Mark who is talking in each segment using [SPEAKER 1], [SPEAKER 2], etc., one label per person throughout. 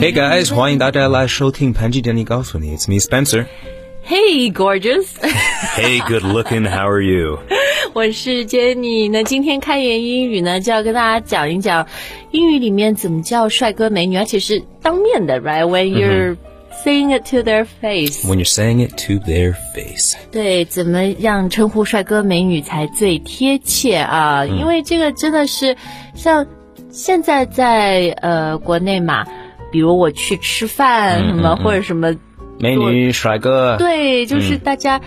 [SPEAKER 1] Hey guys，欢迎大家来收听《潘吉 Jenny 告诉你》，It's me Spencer。
[SPEAKER 2] Hey gorgeous，
[SPEAKER 1] Hey, good looking. How are you?
[SPEAKER 2] 我是 Jenny。那今天开言英语呢，就要跟大家讲一讲英语里面怎么叫帅哥美女，而且是当面的，right？When you're、saying it to their face，
[SPEAKER 1] When you're saying it to their face，
[SPEAKER 2] 对，怎么样称呼帅哥美女才最贴切啊？因为这个真的是像现在在呃国内嘛，比如我去吃饭什么、或者什么，
[SPEAKER 1] 美女、帅哥，
[SPEAKER 2] 对，就是大家。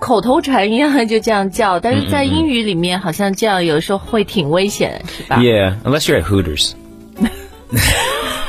[SPEAKER 2] 口头禅一样就这样叫，但是在英语里面好像这样有时候会挺危险，是吧？
[SPEAKER 1] ，Yeah. Unless you're at Hooters，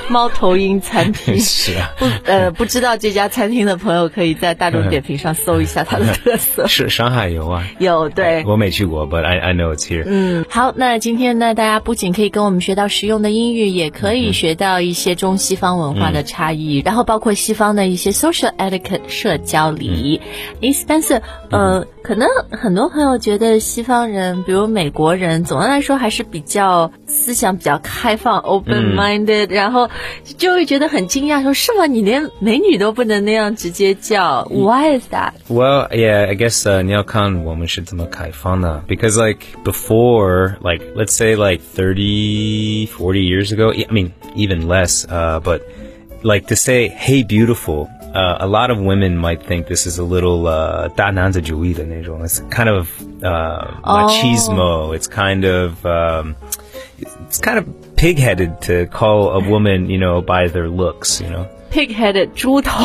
[SPEAKER 2] 猫头鹰餐 厅，
[SPEAKER 1] 是啊，。
[SPEAKER 2] 不呃不知道这家餐厅的朋友可以在大众点评上搜一下它的特色
[SPEAKER 1] 是上海有啊。
[SPEAKER 2] 有对，
[SPEAKER 1] 我没去过，but I I know it's here。
[SPEAKER 2] 嗯，好，那今天呢，大家不仅可以跟我们学到实用的英语，也可以学到一些中西方文化的差异，然后包括西方的一些 social etiquette 社交礼仪。诶、s p e n c e r 呃，可能很多朋友觉得西方人，比如美国人，总的来说还是比较思想比较开放，open minded，、然后就会觉得很惊讶，说是吗？你连美女都不能那样直接叫？Why is that？
[SPEAKER 1] Well, yeah, I guess uh, 你要看我们是怎么开放的 because like before, like let's say like 30, 40 years ago, e, I mean even less, uh, but like to say "Hey, beautiful," uh, a lot of women might think this is a little uh, 大男子主义的那种. It's kind of uh, machismo. It's kind of um, it's kind of pig-headed to call a woman, you know, by their looks, you know.
[SPEAKER 2] pig-headed 猪头，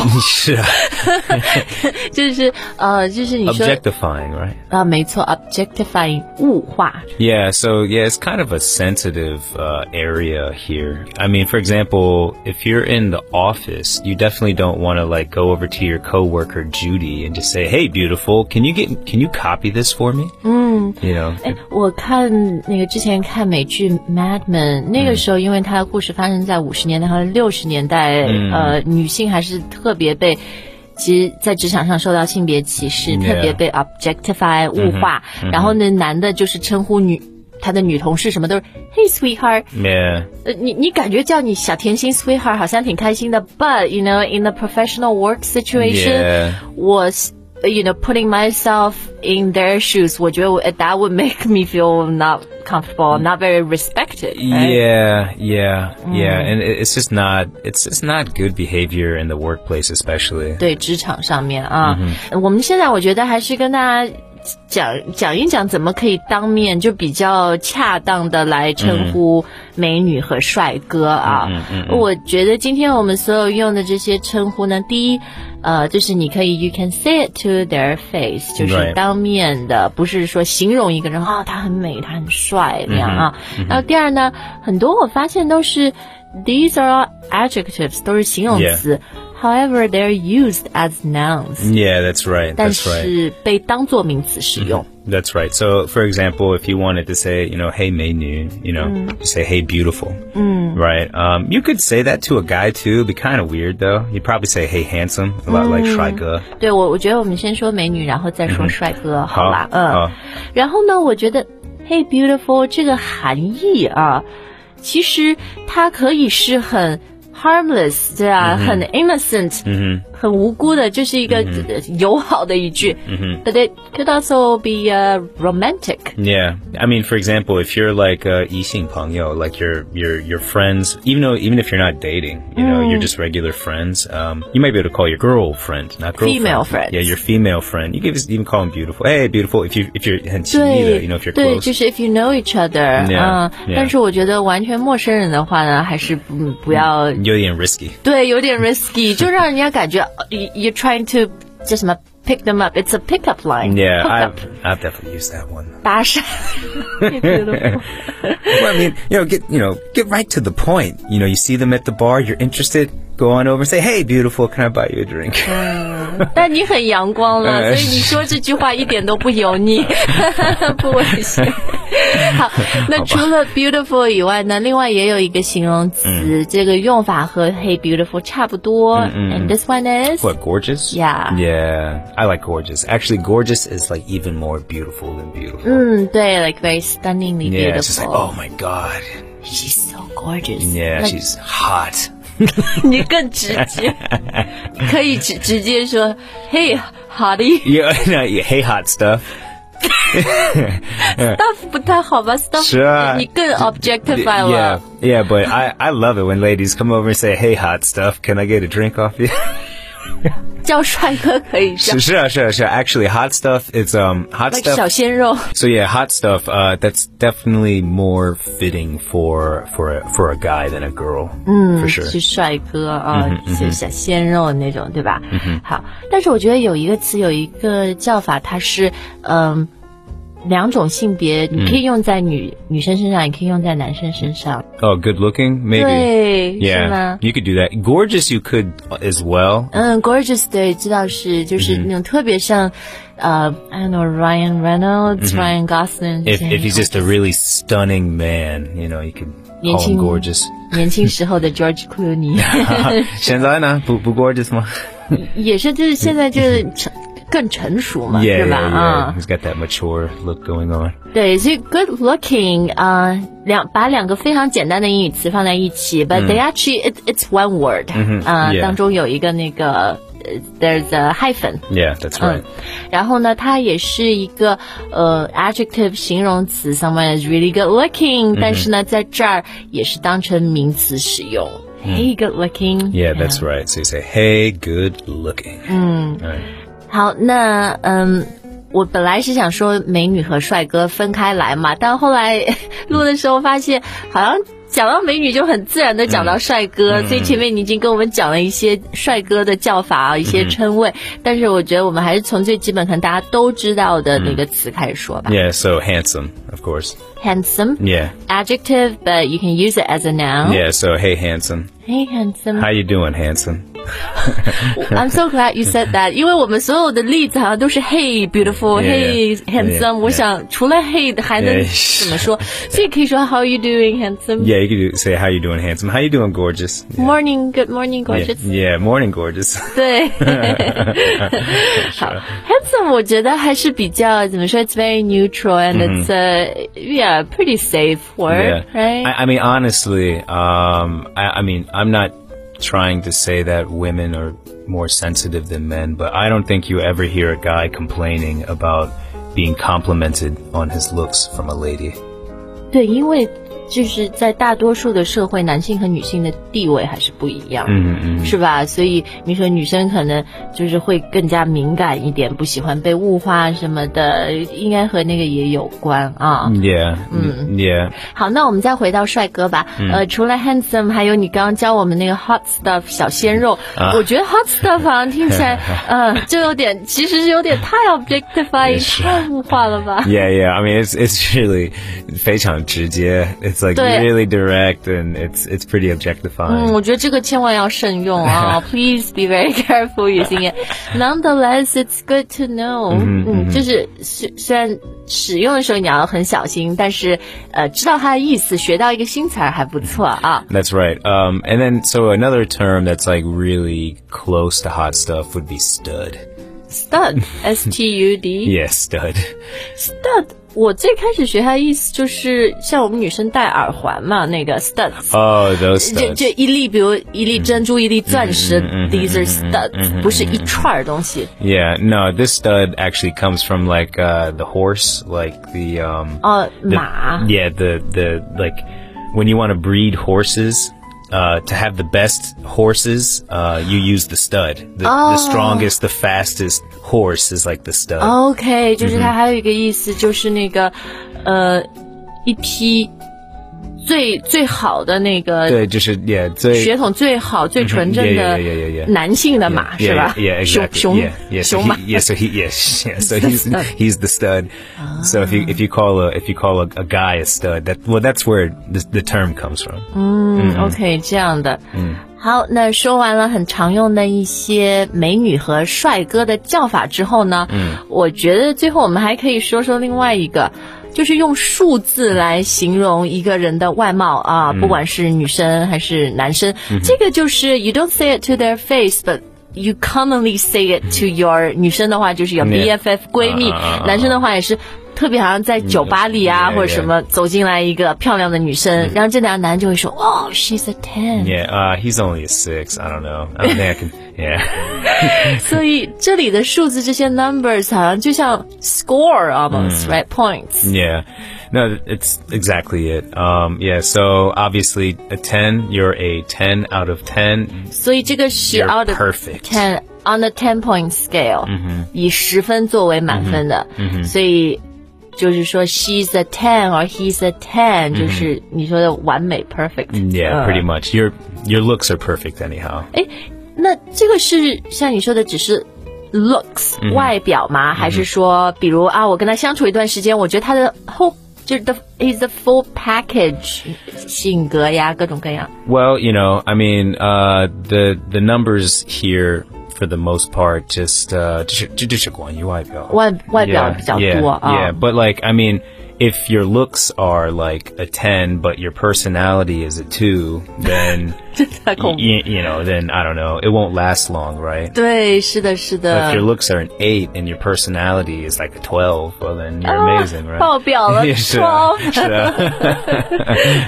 [SPEAKER 2] 就是呃，就是你说
[SPEAKER 1] objectifying, right?
[SPEAKER 2] 啊，没错，objectifying 物化，
[SPEAKER 1] Yeah, so yeah, it's kind of a sensitive uh, area here. I mean, for example, if you're in the office, you definitely don't want to like go over to your coworker Judy and just say, "Hey, beautiful, can you get can you copy this for me?" Mm. You know,
[SPEAKER 2] 哎，我看那个之前看美剧《Mad Men》，那
[SPEAKER 1] 嗯
[SPEAKER 2] 个时候因为它的故事发生在五十年代和六十年代，
[SPEAKER 1] 嗯
[SPEAKER 2] 呃，女性还是特别被。其实，在职场上受到性别歧视
[SPEAKER 1] Yeah 嗯
[SPEAKER 2] 特别被 objectify 物化。然后呢，男的就是称呼女他的女同事什么都是 Hey sweetheart，
[SPEAKER 1] yeah,
[SPEAKER 2] 呃，你你感觉叫你小甜心 sweetheart 好像挺开心的，but you know in the professional work situation，、
[SPEAKER 1] yeah.
[SPEAKER 2] was you know putting myself in their shoes，我觉得我 that would make me feel not comfortable, not very respected. right?
[SPEAKER 1] Yeah, yeah, yeah, and it- it's just not it's it's not good behavior in the workplace, especially.
[SPEAKER 2] 对职场上面啊，我们现在我觉得还是跟大家。讲讲一讲怎么可以当面就比较恰当的来称呼美女和帅哥啊？我觉得今天我们所有用的这些称呼呢，第一，呃，就是你可以 you can say it to their face，就是
[SPEAKER 1] Right
[SPEAKER 2] 当面的，不是说形容一个人啊、他很美，他很帅那样啊。然后第二呢，很多我发现都是 these are all adjectives，都是形容
[SPEAKER 1] Yeah
[SPEAKER 2] 词。However, they're used as nouns.
[SPEAKER 1] Yeah, that's right.
[SPEAKER 2] 但
[SPEAKER 1] That's right.
[SPEAKER 2] 是被当作名词使用。
[SPEAKER 1] That's right. So, for example, if you wanted to say, you know, hey, Meinu, you know,
[SPEAKER 2] Mm.
[SPEAKER 1] you say, hey, beautiful. Right? Um, you could say that to a guy too. It'd be kind of weird though. You'd probably say, hey, handsome, a lot
[SPEAKER 2] Mm.
[SPEAKER 1] like Shrika.
[SPEAKER 2] 对我，我觉得我们先说美女，然后再说帅哥，好吧？嗯。
[SPEAKER 1] 好
[SPEAKER 2] 然后呢，我觉得 “Hey beautiful” 这个含义啊，其实它可以是很 harmless，对啊，很 innocent，、很无辜的，这、是一个、呃友好的一句。But it could also be a romantic。
[SPEAKER 1] Yeah. I mean, for example, if you're like, uh, 异性朋友, like your, your, your friends, even though, even if you're not dating, you know, you're
[SPEAKER 2] Mm.
[SPEAKER 1] just regular friends, um, you might be able to call your girlfriend, not girlfriend.
[SPEAKER 2] Female friends.
[SPEAKER 1] Yeah, your female friend. You could just even call them beautiful. Hey, beautiful. If you, if you're, 很亲密的,
[SPEAKER 2] 对
[SPEAKER 1] you know, if you're
[SPEAKER 2] 对，
[SPEAKER 1] close.
[SPEAKER 2] 就是 if you know each other，
[SPEAKER 1] Yeah，
[SPEAKER 2] 嗯
[SPEAKER 1] yeah
[SPEAKER 2] 但是我觉得完全陌生人的话呢，还是嗯不要、
[SPEAKER 1] 有点 risky.
[SPEAKER 2] 对，有点 risky，就让人家感觉 you you're trying to 叫什么 pick them up，it's a pick up line，
[SPEAKER 1] Yeah,
[SPEAKER 2] hook up
[SPEAKER 1] I've, I've definitely used that one.
[SPEAKER 2] 搭讪。
[SPEAKER 1] Well, I mean, you know, get you know, get right to the point. You know, you see them at the bar, you're interested, go on over and say, "Hey, beautiful, can I buy you a drink?"
[SPEAKER 2] 但你很阳光了，所
[SPEAKER 1] 哎
[SPEAKER 2] 以你说这句话一点都不油腻， 不猥 亵。好，那除了 beautiful 以外呢，另外也有一个形容词，
[SPEAKER 1] 嗯
[SPEAKER 2] 这个用法和 hey beautiful 差不多。And
[SPEAKER 1] 嗯
[SPEAKER 2] this one is
[SPEAKER 1] what gorgeous?
[SPEAKER 2] Yeah.
[SPEAKER 1] yeah. I like gorgeous. Actually, gorgeous is like even more beautiful than beautiful.
[SPEAKER 2] 嗯，对，like very stunningly
[SPEAKER 1] Yeah, it's just like,
[SPEAKER 2] beautiful.
[SPEAKER 1] oh my god.
[SPEAKER 2] She's so 哦 gorgeous.
[SPEAKER 1] Yeah,
[SPEAKER 2] Like-
[SPEAKER 1] she's hot.
[SPEAKER 2] 你更直接，可以直直接说，Hey Hardy。
[SPEAKER 1] Yeah, no, you hate hot stuff.
[SPEAKER 2] stuff 不太好吧？stuff
[SPEAKER 1] 是啊
[SPEAKER 2] 你更 objectify 了
[SPEAKER 1] Yeah, yeah, but I, I love it when ladies come over and say, "Hey, hot stuff, can I get a drink off you?"
[SPEAKER 2] 叫帅哥可以叫
[SPEAKER 1] 是是啊是啊是啊 Actually, hot stuff is um hot
[SPEAKER 2] like 小
[SPEAKER 1] stuff.
[SPEAKER 2] 鲜肉。
[SPEAKER 1] So yeah, hot stuff. Uh, that's definitely more fitting for for a, for a guy than a girl. for Mm, sure.
[SPEAKER 2] 是帅哥啊，
[SPEAKER 1] 嗯
[SPEAKER 2] 就、小鲜肉那种，对吧？好，但是我觉得有一个词有一个叫法，它是嗯。两种性别，你
[SPEAKER 1] 嗯
[SPEAKER 2] 可以用在女、女生身上，也可以用在男生身上。
[SPEAKER 1] Oh, good looking, maybe.
[SPEAKER 2] 对，是
[SPEAKER 1] Yeah,
[SPEAKER 2] 吗？
[SPEAKER 1] you could do that. Oh, Gorgeous, you could as well.
[SPEAKER 2] 嗯，gorgeous，对，知道是就是
[SPEAKER 1] 嗯
[SPEAKER 2] 那种特别像，呃，I don't know Ryan Reynolds、Ryan Gosling，
[SPEAKER 1] 嗯 If
[SPEAKER 2] 这样
[SPEAKER 1] if he's just a really stunning man, you know, you could call him
[SPEAKER 2] Yanqing-
[SPEAKER 1] gorgeous.
[SPEAKER 2] 年轻时候的 George Clooney，
[SPEAKER 1] 现在呢？不不 gorgeous 吗？
[SPEAKER 2] 也是就是现在就是成更成熟嘛，
[SPEAKER 1] 嗯 Yeah,
[SPEAKER 2] 是吧？啊
[SPEAKER 1] yeah, yeah. He's got that mature look going on.
[SPEAKER 2] 对，所以 good looking 啊、两把两个非常简单的英语词放在一起，but they actually it it's one word 啊、
[SPEAKER 1] 嗯 yeah
[SPEAKER 2] 当中有一个那个呃 there's a hyphen。
[SPEAKER 1] Yeah, that's right.，
[SPEAKER 2] 嗯然后呢，它也是一个呃 adjective 形容词，someone is really good
[SPEAKER 1] 嗯
[SPEAKER 2] looking，、但是呢，在这儿也是当成名词使用。Hey, good looking.
[SPEAKER 1] 嗯 Yeah, Mm. that's right. So you say, "Hey, good looking."
[SPEAKER 2] 好，那嗯，我本来是想说美女和帅哥分开来嘛，但后来 录的时候发现，好像讲到美女就很自然的
[SPEAKER 1] 嗯
[SPEAKER 2] 讲到帅哥，所以前面你已经跟我们讲了一些帅哥
[SPEAKER 1] 嗯
[SPEAKER 2] 的叫法啊，一些称谓，但是我觉得我们还是从最基本可能大家都知道的那个词开始说吧。
[SPEAKER 1] Yeah, so handsome, of course.
[SPEAKER 2] Handsome
[SPEAKER 1] Yeah,
[SPEAKER 2] adjective, but you can use it as a noun.
[SPEAKER 1] yeah. So hey, handsome,
[SPEAKER 2] Hey, handsome.
[SPEAKER 1] how you doing, handsome?
[SPEAKER 2] I'm so glad you said that，因为我们所有的例子好像都是 Hey beautiful, Hey
[SPEAKER 1] Yeah, yeah.
[SPEAKER 2] handsome。
[SPEAKER 1] Yeah,
[SPEAKER 2] 我想除了 Hey 还能
[SPEAKER 1] Yeah.
[SPEAKER 2] 怎么说？所以可以说 How are you doing, handsome?
[SPEAKER 1] Yeah, you could do, say how you doing, handsome. How you doing, gorgeous? Yeah,
[SPEAKER 2] Morning, good morning,
[SPEAKER 1] yeah,
[SPEAKER 2] gorgeous.
[SPEAKER 1] yeah, morning, gorgeous.
[SPEAKER 2] 对， 好，handsome 我觉得还是比较怎么说？It's very neutral and it's a yeah pretty safe word,
[SPEAKER 1] Mm-hmm. Yeah.
[SPEAKER 2] right?
[SPEAKER 1] I, I mean, honestly, um, I, I mean, I'm not trying to say that women are more sensitive than men, but I don't think you ever hear a guy complaining about being complimented on his looks from a lady.
[SPEAKER 2] 对，因为就是在大多数的社会，男性和女性的地位还是不一样，嗯嗯，是吧？所以你说女生可能就是会更加敏感一点，不喜欢被物化什么的，应该和那个也有关啊。
[SPEAKER 1] Yeah.
[SPEAKER 2] Mm.
[SPEAKER 1] Yeah.
[SPEAKER 2] 好，那我们再回到帅哥吧。呃，除了 handsome，还有你刚刚教我们那个 hot stuff 小鲜肉，我觉得 hot stuff 好像听起 来，呃，就有点，其实有点太 objectify，
[SPEAKER 1] 是
[SPEAKER 2] 太物化了吧？
[SPEAKER 1] Yeah, yeah. I mean, it's it's really 非常直接. It's like
[SPEAKER 2] 对。
[SPEAKER 1] really direct, and it's it's pretty objectifying.
[SPEAKER 2] 嗯，我觉得这个千万要慎用啊！Please be very careful using it. Nonetheless, it's good to know. 嗯，就是虽虽然使用的时候你要很小心，但是呃，知道它的意思，学到一个新词儿还不错啊。
[SPEAKER 1] That's right. Um, and then so another term that's like really close to hot stuff would be stud.
[SPEAKER 2] Stud, S T U D,
[SPEAKER 1] Yeah, stud.
[SPEAKER 2] stud. 我最开始学它的意思就是像我们女生戴耳环嘛，那个 studs。
[SPEAKER 1] Oh, those
[SPEAKER 2] 就
[SPEAKER 1] studs.
[SPEAKER 2] 就一粒，比如一粒珍珠，一粒钻石，these are studs，不是一串儿东西。
[SPEAKER 1] Yeah, no, this stud actually comes from like uh, the horse, like the um,
[SPEAKER 2] 哦，
[SPEAKER 1] the,
[SPEAKER 2] 马。
[SPEAKER 1] Yeah, the the like when you want to breed horses. Uh, to have the best horses, uh, you use the stud. The, the strongest, the fastest horse is like the stud.
[SPEAKER 2] Oh. OK，就是
[SPEAKER 1] 嗯
[SPEAKER 2] 它还有一个意思，就是那个，呃，一匹最最好的那个
[SPEAKER 1] 对，就是 yeah 最
[SPEAKER 2] 血统最好、最纯正
[SPEAKER 1] yeah,
[SPEAKER 2] 的
[SPEAKER 1] yeah, yeah, yeah, yeah.
[SPEAKER 2] 男性的马是
[SPEAKER 1] Yeah,
[SPEAKER 2] 吧
[SPEAKER 1] yeah, yeah,？
[SPEAKER 2] 雄
[SPEAKER 1] exactly.
[SPEAKER 2] 雄
[SPEAKER 1] yeah, yeah. So
[SPEAKER 2] 雄
[SPEAKER 1] he,
[SPEAKER 2] 马。
[SPEAKER 1] yeah, so he, yes, yeah. So
[SPEAKER 2] the
[SPEAKER 1] he's
[SPEAKER 2] stud.
[SPEAKER 1] he's the stud. So if you if you call a if you call a, a guy a stud, that well, that's where the, the term comes from.
[SPEAKER 2] Mm. 嗯，OK，这样的。
[SPEAKER 1] 嗯
[SPEAKER 2] 好，那说完了很常用的一些美女和帅哥的叫法之后呢，嗯，我觉得最后我们还可以说说另外一个，就是用数字来形容一个人的外貌啊，
[SPEAKER 1] 嗯
[SPEAKER 2] 不管是女生还是男生，这个就是 you don't say it to their face, but You commonly say it to your 女生的话就是 your
[SPEAKER 1] 嗯 Yeah.
[SPEAKER 2] BFF 闺蜜
[SPEAKER 1] 啊啊啊啊，
[SPEAKER 2] 男生的话也是特别好像在酒吧里啊
[SPEAKER 1] Yeah,
[SPEAKER 2] 或者什么走进来一个漂亮的女生，然后这两个男就会说哦，she's a ten。
[SPEAKER 1] 嗯 Yeah, uh, he's only a six. I don't know. I don't think I can. Yeah.
[SPEAKER 2] 所以这里的数字这些 numbers 好像就像 score almost、right
[SPEAKER 1] 嗯 Mm-hmm
[SPEAKER 2] points。
[SPEAKER 1] Yeah. No, it's exactly it. Um, yeah, so obviously a 10, you're a 10 out of 10.
[SPEAKER 2] 所以这个十
[SPEAKER 1] You're
[SPEAKER 2] out of
[SPEAKER 1] perfect. Mm-hmm
[SPEAKER 2] ten on a ten point scale，、以十分作为满分的，所以。就是说，she's a ten or he's a ten，、就是
[SPEAKER 1] Mm-hmm
[SPEAKER 2] 你说的完美 perfect。
[SPEAKER 1] Yeah,
[SPEAKER 2] 嗯
[SPEAKER 1] pretty much. Your your looks are perfect anyhow.
[SPEAKER 2] 哎，那这个是像你说的，只是 looks、外
[SPEAKER 1] 嗯
[SPEAKER 2] 表吗？还是说，比如啊，我跟他相处一段时间，我觉得他的 whole 就是 the is the full package，性格呀，各种各样。
[SPEAKER 1] Well, you know, I mean, uh, the the numbers here for the most part just uh, just- just just-
[SPEAKER 2] 外外表
[SPEAKER 1] yeah,
[SPEAKER 2] 比较
[SPEAKER 1] yeah,
[SPEAKER 2] 多啊
[SPEAKER 1] yeah. But like, I mean, if your looks are like a ten, but your personality is a two, then
[SPEAKER 2] 太恐
[SPEAKER 1] y-
[SPEAKER 2] 怖。
[SPEAKER 1] y- you know, then I don't know, it won't last long, right?
[SPEAKER 2] 对，是的，是
[SPEAKER 1] But if
[SPEAKER 2] 的
[SPEAKER 1] your，looks are an eight and your personality is like a twelve, well then you're
[SPEAKER 2] Oh,
[SPEAKER 1] amazing,
[SPEAKER 2] 爆
[SPEAKER 1] right?
[SPEAKER 2] 表 了
[SPEAKER 1] Yeah,
[SPEAKER 2] 窗。
[SPEAKER 1] 是啊，是啊。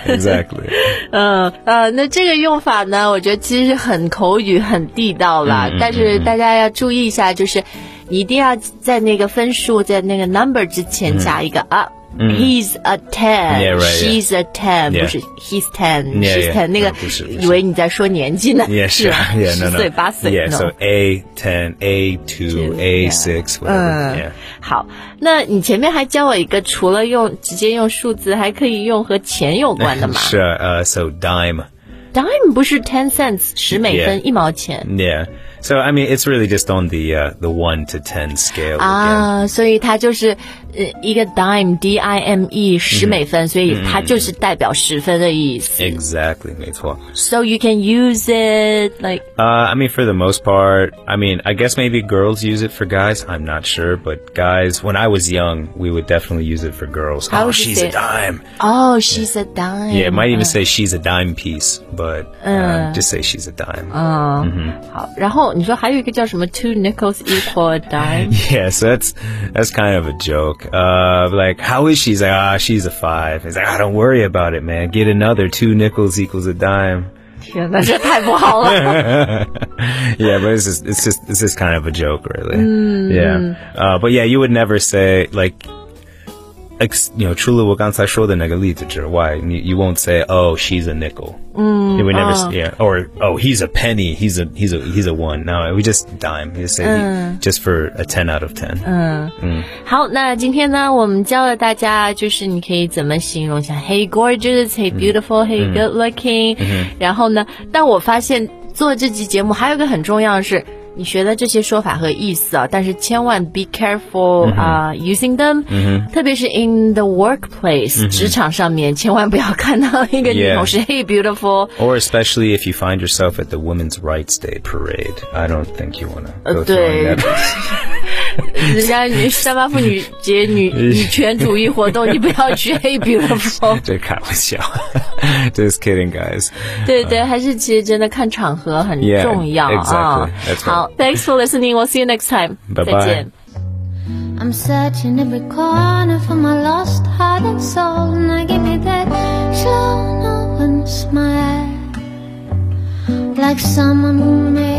[SPEAKER 1] exactly.
[SPEAKER 2] 嗯呃，那这个用法呢，我觉得其实很口语、很地道
[SPEAKER 1] 嗯
[SPEAKER 2] 啦。但是大家要注意一下，就是一定要在那个分数、在那个 number 之前加一个 up。He's a ten,
[SPEAKER 1] 嗯 Yeah, right,
[SPEAKER 2] she's a ten，、
[SPEAKER 1] Yeah.
[SPEAKER 2] 不是 he's ten,
[SPEAKER 1] Yeah,
[SPEAKER 2] she's
[SPEAKER 1] yeah.
[SPEAKER 2] ten，那个
[SPEAKER 1] 嗯不是不是
[SPEAKER 2] 以为你在说年纪呢，
[SPEAKER 1] Yeah, sure.
[SPEAKER 2] 是吧
[SPEAKER 1] Yeah,
[SPEAKER 2] 十
[SPEAKER 1] no, no.
[SPEAKER 2] 岁八岁
[SPEAKER 1] Yeah,
[SPEAKER 2] no
[SPEAKER 1] so A ten, A two, A
[SPEAKER 2] yeah. Uh,
[SPEAKER 1] six,
[SPEAKER 2] 嗯
[SPEAKER 1] whatever. Yeah.
[SPEAKER 2] 好，那你前面还教我一个，除了用直接用数字，还可以用和钱有关的嘛
[SPEAKER 1] Sure. Uh, so dime.
[SPEAKER 2] ？Dime 不是 ten cents 十美分
[SPEAKER 1] Yeah.
[SPEAKER 2] 一毛钱
[SPEAKER 1] Yeah. So I mean, it's really just on the uh, the one to ten scale. again.
[SPEAKER 2] 啊，所以它就是呃一个 dime d i m e 十美分，所以它就是代表十分的意
[SPEAKER 1] 嗯
[SPEAKER 2] 思。
[SPEAKER 1] Exactly, 没错.
[SPEAKER 2] So you can use it like
[SPEAKER 1] Uh, I mean, for the most part, I mean, I guess maybe girls use it for guys. I'm not sure, but guys, when I was young, we would definitely use it for girls.
[SPEAKER 2] How
[SPEAKER 1] oh,
[SPEAKER 2] would you
[SPEAKER 1] she's
[SPEAKER 2] say
[SPEAKER 1] a
[SPEAKER 2] it?
[SPEAKER 1] dime.
[SPEAKER 2] oh she's a dime。
[SPEAKER 1] Yeah, it might even say she's a dime piece, but uh, just say she's a dime.
[SPEAKER 2] 啊好，然后你说还有一个叫什么 two nickels equal a dime？
[SPEAKER 1] Yeah, so that's that's kind of a joke. Uh, like, how is she? He's like, ah, she's a five. He's like, ah, don't worry about it, man. Get another two nickels equals a dime.
[SPEAKER 2] 天哪，这太不好了。
[SPEAKER 1] yeah, but it's just it's just it's just kind of a joke, really. Yeah, uh, but yeah, you would never say like. Ex, you know, 除了我刚才说的那个例子之外，你 you won't say, "Oh, she's a nickel." you would never, s yeah, or "Oh, he's a penny. He's a he's a he's a one." No, we just dime. You say just for a ten out of ten.
[SPEAKER 2] 好，那今天呢，我们教了大家，就是你可以怎么形容像 Hey gorgeous, Hey beautiful, Hey good looking、然后呢，但我发现做这期节目还有一个很重要的是，你学的这些说法和意思啊，但是千万 be careful 啊、using them，、特别是 in the workplace、职场上面，千万不要看到一个女
[SPEAKER 1] Yeah
[SPEAKER 2] 同事 Hey beautiful，
[SPEAKER 1] Or especially if you find yourself at the Women's Rights Day parade. I don't think you want to go throwing
[SPEAKER 2] 对
[SPEAKER 1] that
[SPEAKER 2] 人家女三八妇女节女女权主义活动，你不要去 Hey beautiful。
[SPEAKER 1] 这开玩笑。Just kidding, guys.
[SPEAKER 2] 对对，还是其实真的看场合很
[SPEAKER 1] Yeah,
[SPEAKER 2] 重要啊
[SPEAKER 1] exactly.。That's right.
[SPEAKER 2] 好，Thanks for listening. We'll see you next time.
[SPEAKER 1] Bye-bye.
[SPEAKER 2] 再见。
[SPEAKER 3] I'm searching every corner for my lost heart and soul, and I give me that slow knowing smile, like someone who made.